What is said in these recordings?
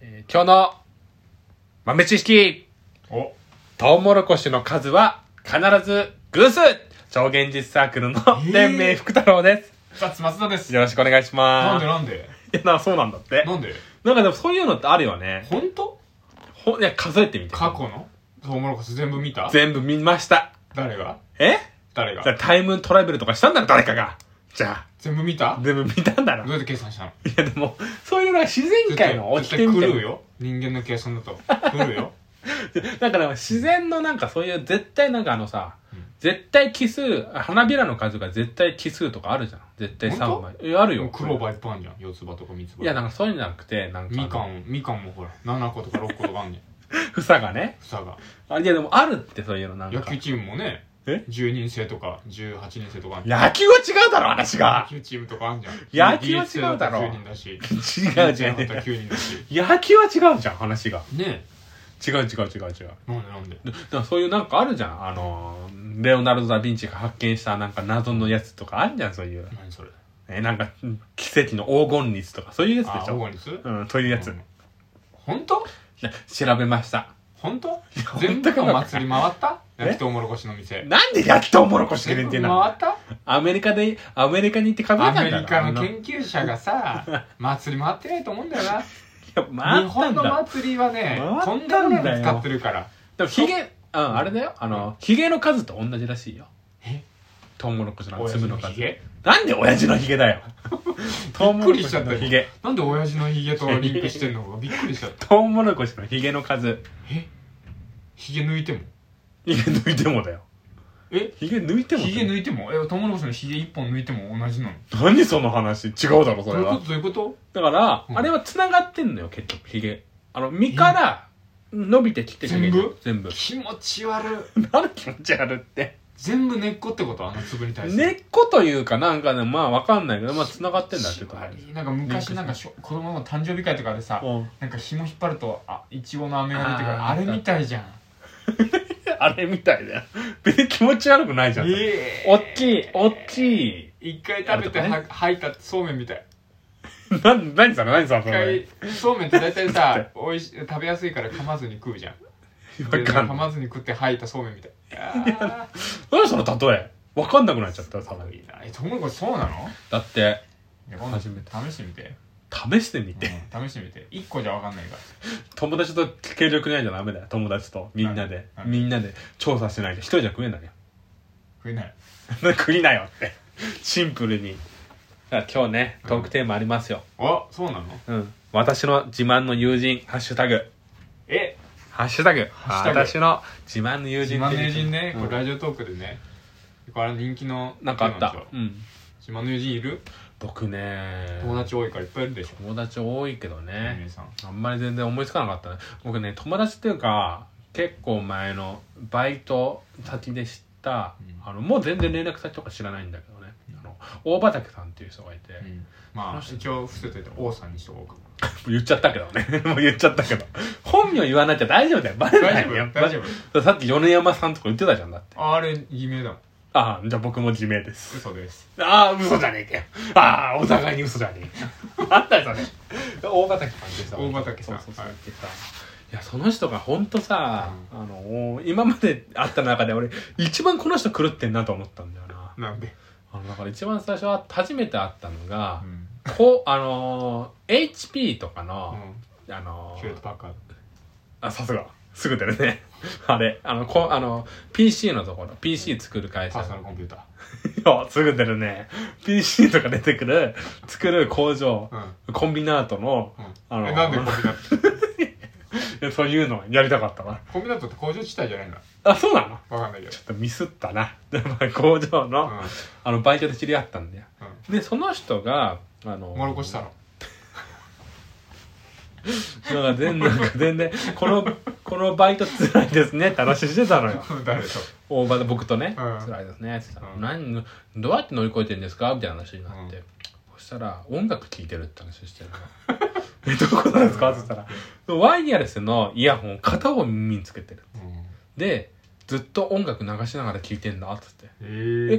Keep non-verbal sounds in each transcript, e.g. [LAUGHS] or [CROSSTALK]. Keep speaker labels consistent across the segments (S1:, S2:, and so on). S1: えー今日の豆知識
S2: お
S1: トウモロコシの数は必ず偶数超現実サークルの
S2: えー
S1: 連名福太郎です、
S2: ザッツ松田です
S1: よろしくお願いし
S2: な
S1: ます
S2: んでなんで
S1: いやなそうなんだって
S2: なんで
S1: なんかでもそういうのってあるよね
S2: 本当
S1: ほいや数えてみて
S2: 過去のトウモロコシ全部見た
S1: 全部見ました
S2: 誰が
S1: え
S2: 誰
S1: じゃあ
S2: が
S1: タイムトラベルとかしたんだろ誰かがじゃ
S2: 全部見た
S1: あ全部見たんだろ
S2: どうやって計算したの
S1: いやでもそういうのが自然界の起
S2: 絶
S1: き
S2: 対
S1: てみた
S2: 絶
S1: い
S2: 対
S1: な
S2: 狂うよ人間の計算だと狂うよ
S1: だから自然のなんかそういう絶対なんかあのさ、
S2: うん
S1: 絶対奇数花びらの数が絶対奇数とかあるじゃん絶対3
S2: 本
S1: 枚え [LAUGHS] ある
S2: でも
S1: よ
S2: クローバーいっぱいあるじゃん四つ葉とか三つ葉
S1: いやなんかそういうんじゃなくてなんか
S2: みかんみかんもほら7個とか6個とかあんじゃん
S1: 房がね
S2: 房が
S1: あいやでもあるってそういうのなんか
S2: 野球チームもね
S1: え
S2: 10人制とか18人制とかあんじゃん
S1: 野球は違うだろ話 [LAUGHS] が
S2: 野球チームとかあんじゃん
S1: 野球は違うだろ
S2: DH 制ったら9人だし
S1: 違うじゃん
S2: だったら9人だし
S1: 野球は違うじゃん話が
S2: ね
S1: 違う違う違う違う
S2: えなんでなんで
S1: だからそういうなんかあるじゃんあのーレオナルド・ダ・ヴィンチが発見したなんか謎のやつとかあるじゃんそういう、
S2: 何それ
S1: えなんかうん奇跡の黄金率とかそういうやつ
S2: あ
S1: でし
S2: 黄
S1: ょ
S2: 金律
S1: うんそういうやつ、
S2: うん本当
S1: ね調べました
S2: 本当
S1: 本当
S2: 全部の祭り回った
S1: え
S2: 焼きとうもろこしの店
S1: なんでやっとウモロコシ限定
S2: 全
S1: な
S2: 部
S1: の
S2: 回った
S1: アメリカでアメリカに行って数えたん
S2: ア
S1: だ
S2: メ
S1: ろ
S2: リカ
S1: あん
S2: の
S1: な
S2: 研究者がさ祭り回ってないと思うんだよない
S1: や回
S2: 日
S1: った
S2: 本
S1: ん
S2: の
S1: だ
S2: 祭りはね
S1: 回っ
S2: と
S1: た
S2: ん
S1: ん
S2: で
S1: だよ
S2: もないの使ってるから
S1: でもヒゲうんあれだよあのヒゲの数と同じらしいよ
S2: え
S1: トウモロコシの
S2: 親父
S1: 粒
S2: の
S1: の
S2: ヒ
S1: 数
S2: ゲ
S1: なんで親父のヒゲ [LAUGHS] だよトウモ
S2: びっく
S1: ロ
S2: り
S1: コシ
S2: しちゃった
S1: の
S2: よ
S1: ヒゲ
S2: なんで親父のヒゲとリンクしてんのかびっくりしちゃった
S1: トウモロコシのヒゲの数
S2: えヒゲ抜いても
S1: ヒゲ抜いてもだよ
S2: え
S1: ヒゲ抜いても
S2: ヒゲ抜いてもえトウモロコシのヒゲ一本抜いても同じなの
S1: 何その話違うだろそ
S2: どう
S1: れ
S2: いうこ
S1: は
S2: とどういうこと
S1: だから、
S2: うん
S1: あれは繋がってんのよ結局ヒゲあの実から伸びてきて
S2: 全部
S1: 全部
S2: 気持ち悪い
S1: [LAUGHS] なる気持ち悪って
S2: 全部根っこってことあの粒に対し
S1: [LAUGHS]
S2: て
S1: 根っこというかなんかねまあわかんないけどまあ繋がってんだってと思う
S2: なんか昔なんかしょ子供の誕生日会とかでさ
S1: うん
S2: なんか紐引っ張るとあいちごの飴が出てくる
S1: あー
S2: あれみたいじゃん
S1: [LAUGHS] あれみたいだよ [LAUGHS] 別に気持ち悪くないじゃん、
S2: え
S1: おっきいおっきい
S2: 一回食べて
S1: あるとか
S2: は吐いたそうめんみたい
S1: [LAUGHS] な何それ何それそ
S2: 一
S1: れ
S2: 回そうめんって大体さおいし食べやすいから噛まずに食うじゃん
S1: わ
S2: で
S1: か
S2: 噛
S1: んない
S2: まずに食って吐いたそうめんみたいあー
S1: 何その例えわかんなくなっちゃったさ
S2: いいなえトウモロコシそうなの
S1: だって
S2: いや今度
S1: 初めて
S2: 試してみて、
S1: 試してみて、
S2: うん試してみて一個じゃ分かんないから
S1: 友達と協力しないじゃダメだよ友達とみんなで、
S2: うんうん
S1: みんなで調査しないと一人じゃ食えないよ
S2: 食えない
S1: 食いなよってシンプルにだから今日ねトークテーマありますよ、
S2: あそうなの
S1: うん、私の自慢の友人ハッシュタグ
S2: え
S1: ハッシュタグ
S2: ッシュタグ
S1: 私の自慢の友人
S2: 島の友人ね、
S1: うん
S2: これラジオトークでねこれ人気の
S1: なんかあった
S2: テーマでしょ
S1: うん
S2: 島の友人いる
S1: 僕ね
S2: 友達多いからいっぱいいるでしょ
S1: 友達多いけど
S2: ね
S1: ね
S2: えさん
S1: あんまり全然思いつかなかったね僕ね友達っていうか結構前のバイト先で知った、
S2: うん
S1: あのもう全然連絡先とか知らないんだけどね、あの大畑さんっていう人がいて、
S2: うんまあ一応伏せといて王さんにしとこうか
S1: 言っちゃったけどね [LAUGHS] もう言っちゃったけど本名言わなきゃ大丈夫だよバレな
S2: 大
S1: い
S2: 丈
S1: よ
S2: 夫大丈夫
S1: 夫さっき米山さんとか言ってたじゃんだって
S2: ああれ偽名だもん
S1: ああじゃあ僕も自明です
S2: 嘘です
S1: ああ、嘘じゃねえかよ。ああ、お互いに嘘じゃねえ。なんだよ、それ。大畑さんでさ。
S2: 大畑さん
S1: そうそうそう
S2: はい
S1: 言ってさいや、その人がほんとさ、あの、今まで会った中で俺、一番この人狂ってんなと思ったんだよな。
S2: なんで
S1: あの、だから一番最初は、初めて会ったのが
S2: う、ん
S1: こう、あのー、HP とかの、あのー
S2: ヒューレット・パッカード
S1: あ、さすが。すぐ出るね。 [LAUGHS] あれ、あの、こあの、PC のところ、PC 作る会社
S2: パー
S1: の [LAUGHS]
S2: ソナルコンピュータ
S1: そう、すぐ出るね。PC とか出てくる、作る工場、
S2: ー
S1: コンビナートの、
S2: うん
S1: あ
S2: うん
S1: の
S2: えなんでコンビナット
S1: そういうのやりたかったな。
S2: コンビナットって工場地帯じゃないんだ
S1: あ、そうなの
S2: わかんないけど
S1: ちょっとミスったな。でまあ工場の、
S2: うん
S1: あの、バイトで知り合ったんだよ。
S2: うん
S1: で、その人が、あの、
S2: もろこしたの
S1: なんか全然、なんか全然、この、このバイト辛いですねって話してたのよ。
S2: [LAUGHS] 誰と
S1: 大場で僕とね、
S2: うん
S1: 辛いですねって言ったら、
S2: うん
S1: 何どうやって乗り越えてんですかみたいな話になって、
S2: うん
S1: そしたら音楽聴いてるって話してる
S2: [LAUGHS]
S1: のえどういうことなんですかって言ったらワイヤレスのイヤホンを片方耳につけてる
S2: うん
S1: でずっと音楽流しながら聴いてんだっつって
S2: え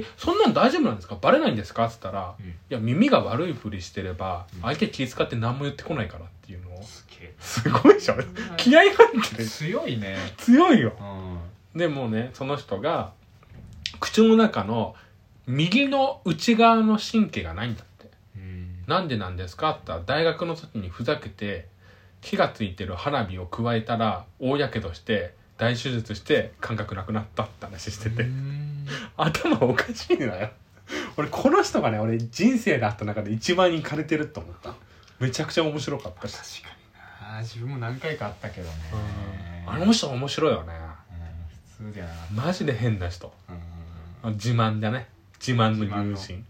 S1: 「
S2: ー
S1: えそんなん大丈夫なんですかバレないんですか?」っつったら「
S2: うん
S1: いや耳が悪いふりしてれば
S2: うん
S1: 相手気遣って何も言ってこないから」っていうのを
S2: すげ
S1: すごいでしょ
S2: え
S1: 気合入ってる
S2: 強いね
S1: 強いよ
S2: うん
S1: でもうねその人が口の中の右の内側の神経がないんだって
S2: うん
S1: なんでなんですかって言ったら大学の時にふざけて火がついてる花火を加えたら大やけどして大手術して感覚なくなったって話してて、
S2: うん
S1: 頭おかしいのよ俺この人がね俺人生で会った中で一番いかれてると思っためちゃくちゃ面白かったし
S2: 確かにな自分も何回かあったけどね
S1: うんあの人面白いよね
S2: うん普通じゃなかっ
S1: マジで変な人
S2: たうん
S1: 自慢だね自慢
S2: 自慢
S1: の
S2: の
S1: 友人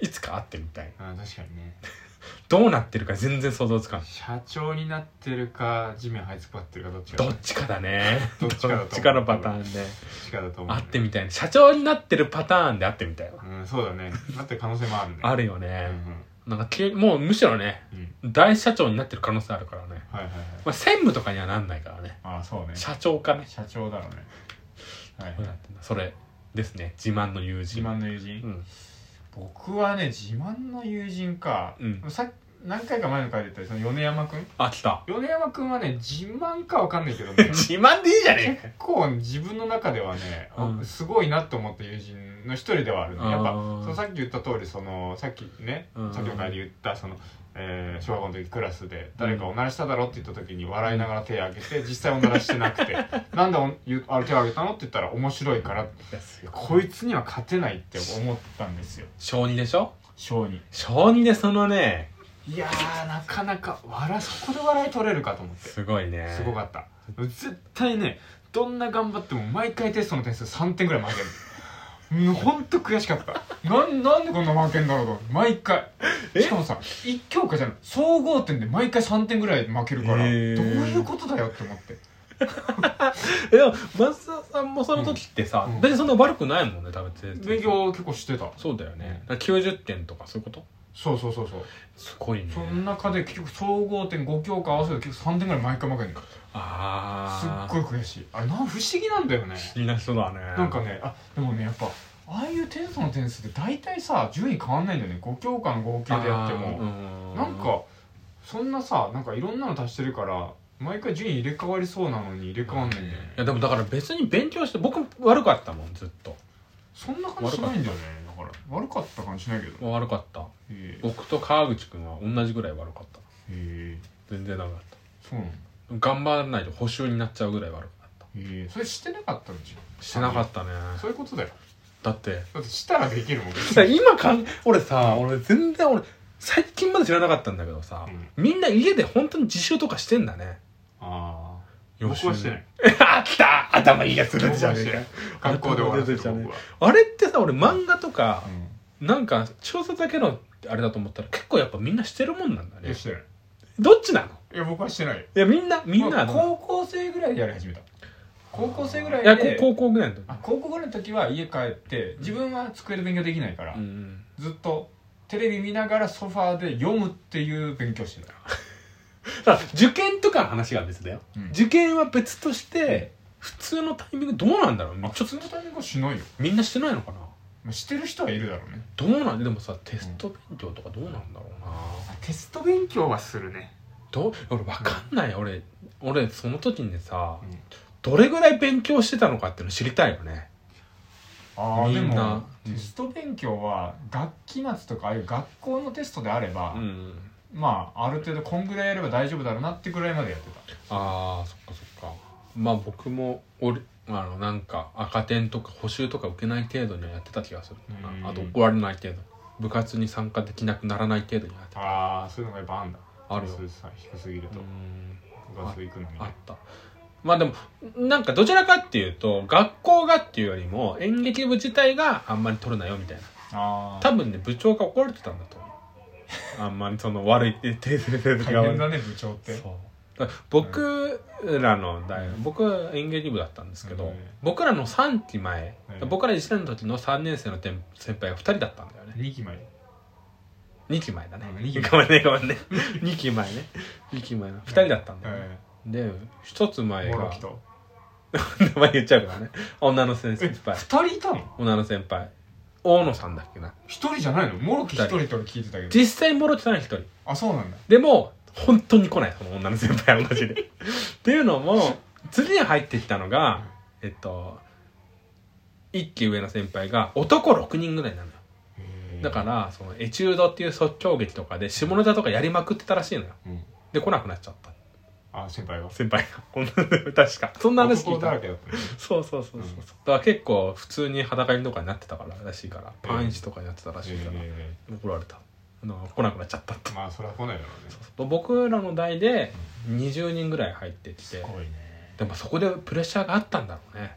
S1: いつか会ってみたい
S2: あ確かにね
S1: どうなってるか全然想像つかない
S2: 社長になってるか地面這いつくばってるかどっちか
S1: どっちかだね
S2: [LAUGHS] どっちかだと思う
S1: のパターンで
S2: どっちかだと思う
S1: 会ってみたいな社長になってるパターンで会ってみたいわ
S2: うんそうだねなってる可能性もあるね
S1: あるよ
S2: うん
S1: ね、なんかけもうむしろね
S2: うんうん
S1: 大社長になってる可能性あるからね、
S2: はいはいはい
S1: まあ、専務とかにはなんないからね
S2: ああそうね
S1: 社長かね
S2: 社長だろうねはい
S1: それですね自慢の友
S2: 自
S1: 人
S2: 慢の友人
S1: うん
S2: 僕はね自慢の友人か、
S1: うん
S2: さ何回か前の回で言ったよその米山くん
S1: あ来
S2: [LAUGHS]
S1: た
S2: 米山くんはね自慢かわかんないけど [LAUGHS] ね結
S1: 自慢でいいじゃねえか
S2: 構自分の中ではね、あ
S1: うん
S2: すごいなと思った友人の一人ではあるのやっぱ
S1: あー
S2: そのさっき言った通りそのさっきね、
S1: うん
S2: さっきの回で言ったその、えー小学校の時クラスで誰かおならしただろって言った時に笑いながら手を挙げて実際おならしてなくて [LAUGHS] なんでおゆあれ手を挙げたのって言ったら面白いからこいつには勝てないって思ったんですよ
S1: 小2でしょ
S2: 小に
S1: 小2でそのね
S2: いやーなかなか笑そこで笑い取れるかと思って
S1: すごいね
S2: すごかった絶対ねどんな頑張っても毎回テストの点数3点ぐらい負けるほんと悔しかったなんなんでこんな負けんだろうと毎回
S1: え
S2: しかもさ一教科じゃない総合点で毎回3点ぐらい負けるか
S1: へ
S2: ら、
S1: ー
S2: どういうことだよって思って
S1: えでも松田さんもその時ってさ、
S2: うん
S1: 別にそんな悪くないもんね多分全然
S2: 勉強結構してた
S1: そうだよねだから90点とかそういうこと
S2: そうそうそうそう、
S1: すごいね
S2: その中で結局総合点5教科合わせると結構3点ぐらい毎回負けるのすっ
S1: ああ
S2: ごい悔しいあれなん不思議なんだよね
S1: 不思議な人だね
S2: なんかねあでもねやっぱああいうテストの点数って大体さ順位変わんないんだよね5教科の合計でやっても
S1: も
S2: なんかそんなさなんかいろんなの足してるから毎回順位入れ替わりそうなのに入れ替わんないんだよね
S1: いやでもだから別に勉強して僕悪かったもんずっと
S2: そんな感じしないんだよねだから悪かった感じしないけどへ
S1: 悪かった
S2: え
S1: 僕と川口君は同じぐらい悪かった
S2: へえ
S1: 全然ダメだった
S2: そうなんだ
S1: 頑張らないと補習になっちゃうぐらい悪かっ
S2: へえそれしてなかったんじゃ
S1: たしてなかったね
S2: んそういうことだよ
S1: だって
S2: だってしたらできるもん
S1: さ今かん俺さ俺全然俺最近まで知らなかったんだけどさ、
S2: う
S1: みんな家で本当に自習とかしてんだね
S2: ああ
S1: 予
S2: 僕
S1: 習
S2: はしてない
S1: [LAUGHS] あ来た頭いいやつ
S2: 僕
S1: 出
S2: は
S1: てきた
S2: してない学校で終わらせて
S1: 頭出
S2: る
S1: てきたね
S2: 僕は
S1: あれってさ俺漫画とか
S2: う、ん
S1: なんか小説だけのあれだと思ったら結構やっぱみんなしてるもんなんだ
S2: いや
S1: ね
S2: してない
S1: どっちなの
S2: いや僕はしてないよ
S1: いやみんなみんな
S2: まあ
S1: の
S2: 高校生ぐらいでやり始めた高校生ぐらい
S1: い
S2: で
S1: やこ高校ぐらいの時
S2: あ高校ぐらいの時は家帰って自分は机で勉強できないから、
S1: うん
S2: ずっとテレビ見ながらソファーで読むっていう勉強してた
S1: だから受験とかの話が別だよ、
S2: うん
S1: 受験は別として普通のタイミングどうなんだろう
S2: あ
S1: ちょ
S2: 普
S1: っと
S2: 通のタイミングはしないよ、
S1: みんなしてないのかな
S2: まあ、してる人はいるだろうね
S1: どうなんでもさテスト勉強とかどうなんだろうな、
S2: テスト勉強はするね
S1: どう俺分かんない、俺俺その時にさ、
S2: うん
S1: どれぐらい勉強してたのかっていうの知りたいよね
S2: ああで
S1: みん
S2: も
S1: な
S2: テスト勉強は学期末とかああいう学校のテストであれば、
S1: ん
S2: まあある程度こんぐらいやれば大丈夫だろうなってぐらいまでやってた
S1: ああそっかそっかまあ僕も俺あのなんか赤点とか補習とか受けない程度にはやってた気がするな
S2: うん
S1: あと怒られない程度部活に参加できなくならない程度にはやって
S2: ああそういうのがやっぱあんだ
S1: あるよ
S2: 点数さ低すぎる
S1: た
S2: と
S1: うん
S2: 部活行くのに
S1: あったまあでもなんかどちらかっていうと学校がっていうよりも演劇部自体があんまり取るなよみたいな
S2: あ
S1: 多分ね部長が怒られてたんだと思うあんまりその悪い手手手手手
S2: 大
S1: が悪
S2: 変
S1: い
S2: だね部長って
S1: そうだから僕らの大学、僕は演劇部だったんですけど、
S2: うん
S1: 僕らの3期前、
S2: うん
S1: 僕ら1年の時の3年生の先輩が2人だったんだよね
S2: 2期前
S1: 2期前だね、
S2: うん二期前
S1: ごめんねごめんね2期前ね2期前の2人だったんだよね、
S2: え
S1: で1つ
S2: え
S1: 前
S2: モロ
S1: が
S2: キと
S1: 名前言っちゃうからね女の先
S2: え
S1: 輩
S2: [LAUGHS] 二人いたの
S1: 女の先輩大野さんだっけな
S2: 一人じゃないのモロキ一人と聞いてたけど
S1: 実際もろてない一人
S2: あそうなんだ
S1: でも本当に来ないその女の先輩はマジでっていうのも次に入ってきたのがえっと一期上の先輩が男6人ぐらいなのよだからそのエチュードっていう即興劇とかで下ネタとかやりまくってたらしいのよ
S2: ら、うん、
S1: で来なくなっちゃった
S2: あ先輩が
S1: 先輩が [LAUGHS] 女の先輩確かそんな話聞
S2: 男
S1: い
S2: だ
S1: た
S2: らけだったね
S1: そうそうそうそう、
S2: うん
S1: だから結構普通に裸にとかになってたかららしいからパンイチとかになってたらしいから、
S2: え
S1: 怒られたあの来なくなっちゃったって
S2: えまあそれは来ないだろうね
S1: 僕らの代で20人ぐらい入ってきて
S2: いね
S1: でもそこでプレッシャーがあったんだろうね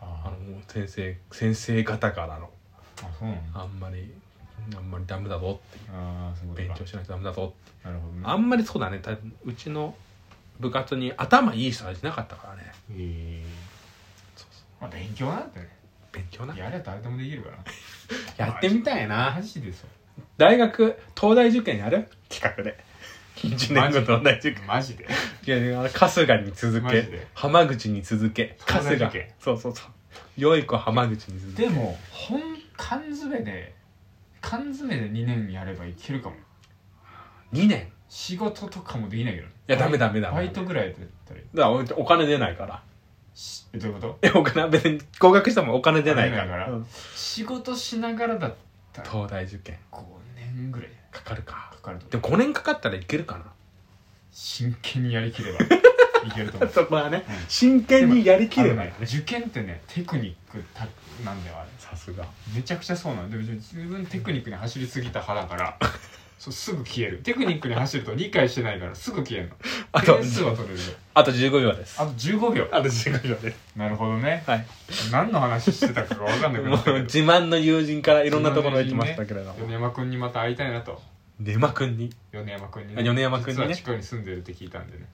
S1: あ
S2: あ
S1: の先生先生方からの
S2: あそうなんだ
S1: あんまりあんまりダメだぞっていう
S2: ああそういう
S1: 勉
S2: こ
S1: 強
S2: とか
S1: しなきゃダメだぞって
S2: なるほどね
S1: あんまりそうだねたうちの部活に頭いい人たちいなかったからね
S2: ええ
S1: そうそう
S2: まあ勉強なんてね
S1: 勉強な
S2: やりゃ誰でもできるから
S1: やってみたい
S2: マ
S1: な
S2: ジでそう
S1: 大学東大受験やる企画で10年後東大受験
S2: マジで
S1: いやいや春日に続
S2: マジ
S1: け
S2: で
S1: 浜口に続け
S2: 東
S1: 春
S2: 大
S1: 日
S2: 受験
S1: そうそうそう良い子浜口に続け
S2: でも本缶詰で缶詰で2年やればいけるかも
S1: 2年
S2: 仕事とかもできないけどい
S1: やダメダメダメ
S2: バイトぐらいでやったらいい
S1: だからお金出ないから [LAUGHS]
S2: しえどういうこと
S1: えお金別に合格してもお金出ないから
S2: 出ないから
S1: うん
S2: 仕事しながらだったら5
S1: 東大受験
S2: 年ぐらい
S1: かかるか
S2: かかると
S1: でも5年かかったらいけるかな
S2: 真剣にやり
S1: [LAUGHS]
S2: きればいけると思う
S1: そこはね真剣にやりきれ
S2: あの
S1: ば
S2: ね受験ってねテクニックたなんだよあれ
S1: さすが
S2: めちゃくちゃそうなんで自分テクニックに走りすぎた
S1: [LAUGHS]
S2: 派だからそうすぐ消えるテクニックに走ると理解してないからすぐ消えるの
S1: あと
S2: 点数は取れるよ
S1: あと15秒です
S2: あと15秒
S1: あと15秒です
S2: なるほどね
S1: はい
S2: 何の話してたかが分かんなく
S1: も
S2: なったけ
S1: う
S2: ど
S1: 自慢の友人からいろんなところ行きましたけれども
S2: 米山君にまた会いたいなと
S1: 根間くんに
S2: 米山君に
S1: あ米山君にね
S2: 実は地下に住んでるって聞いたんでね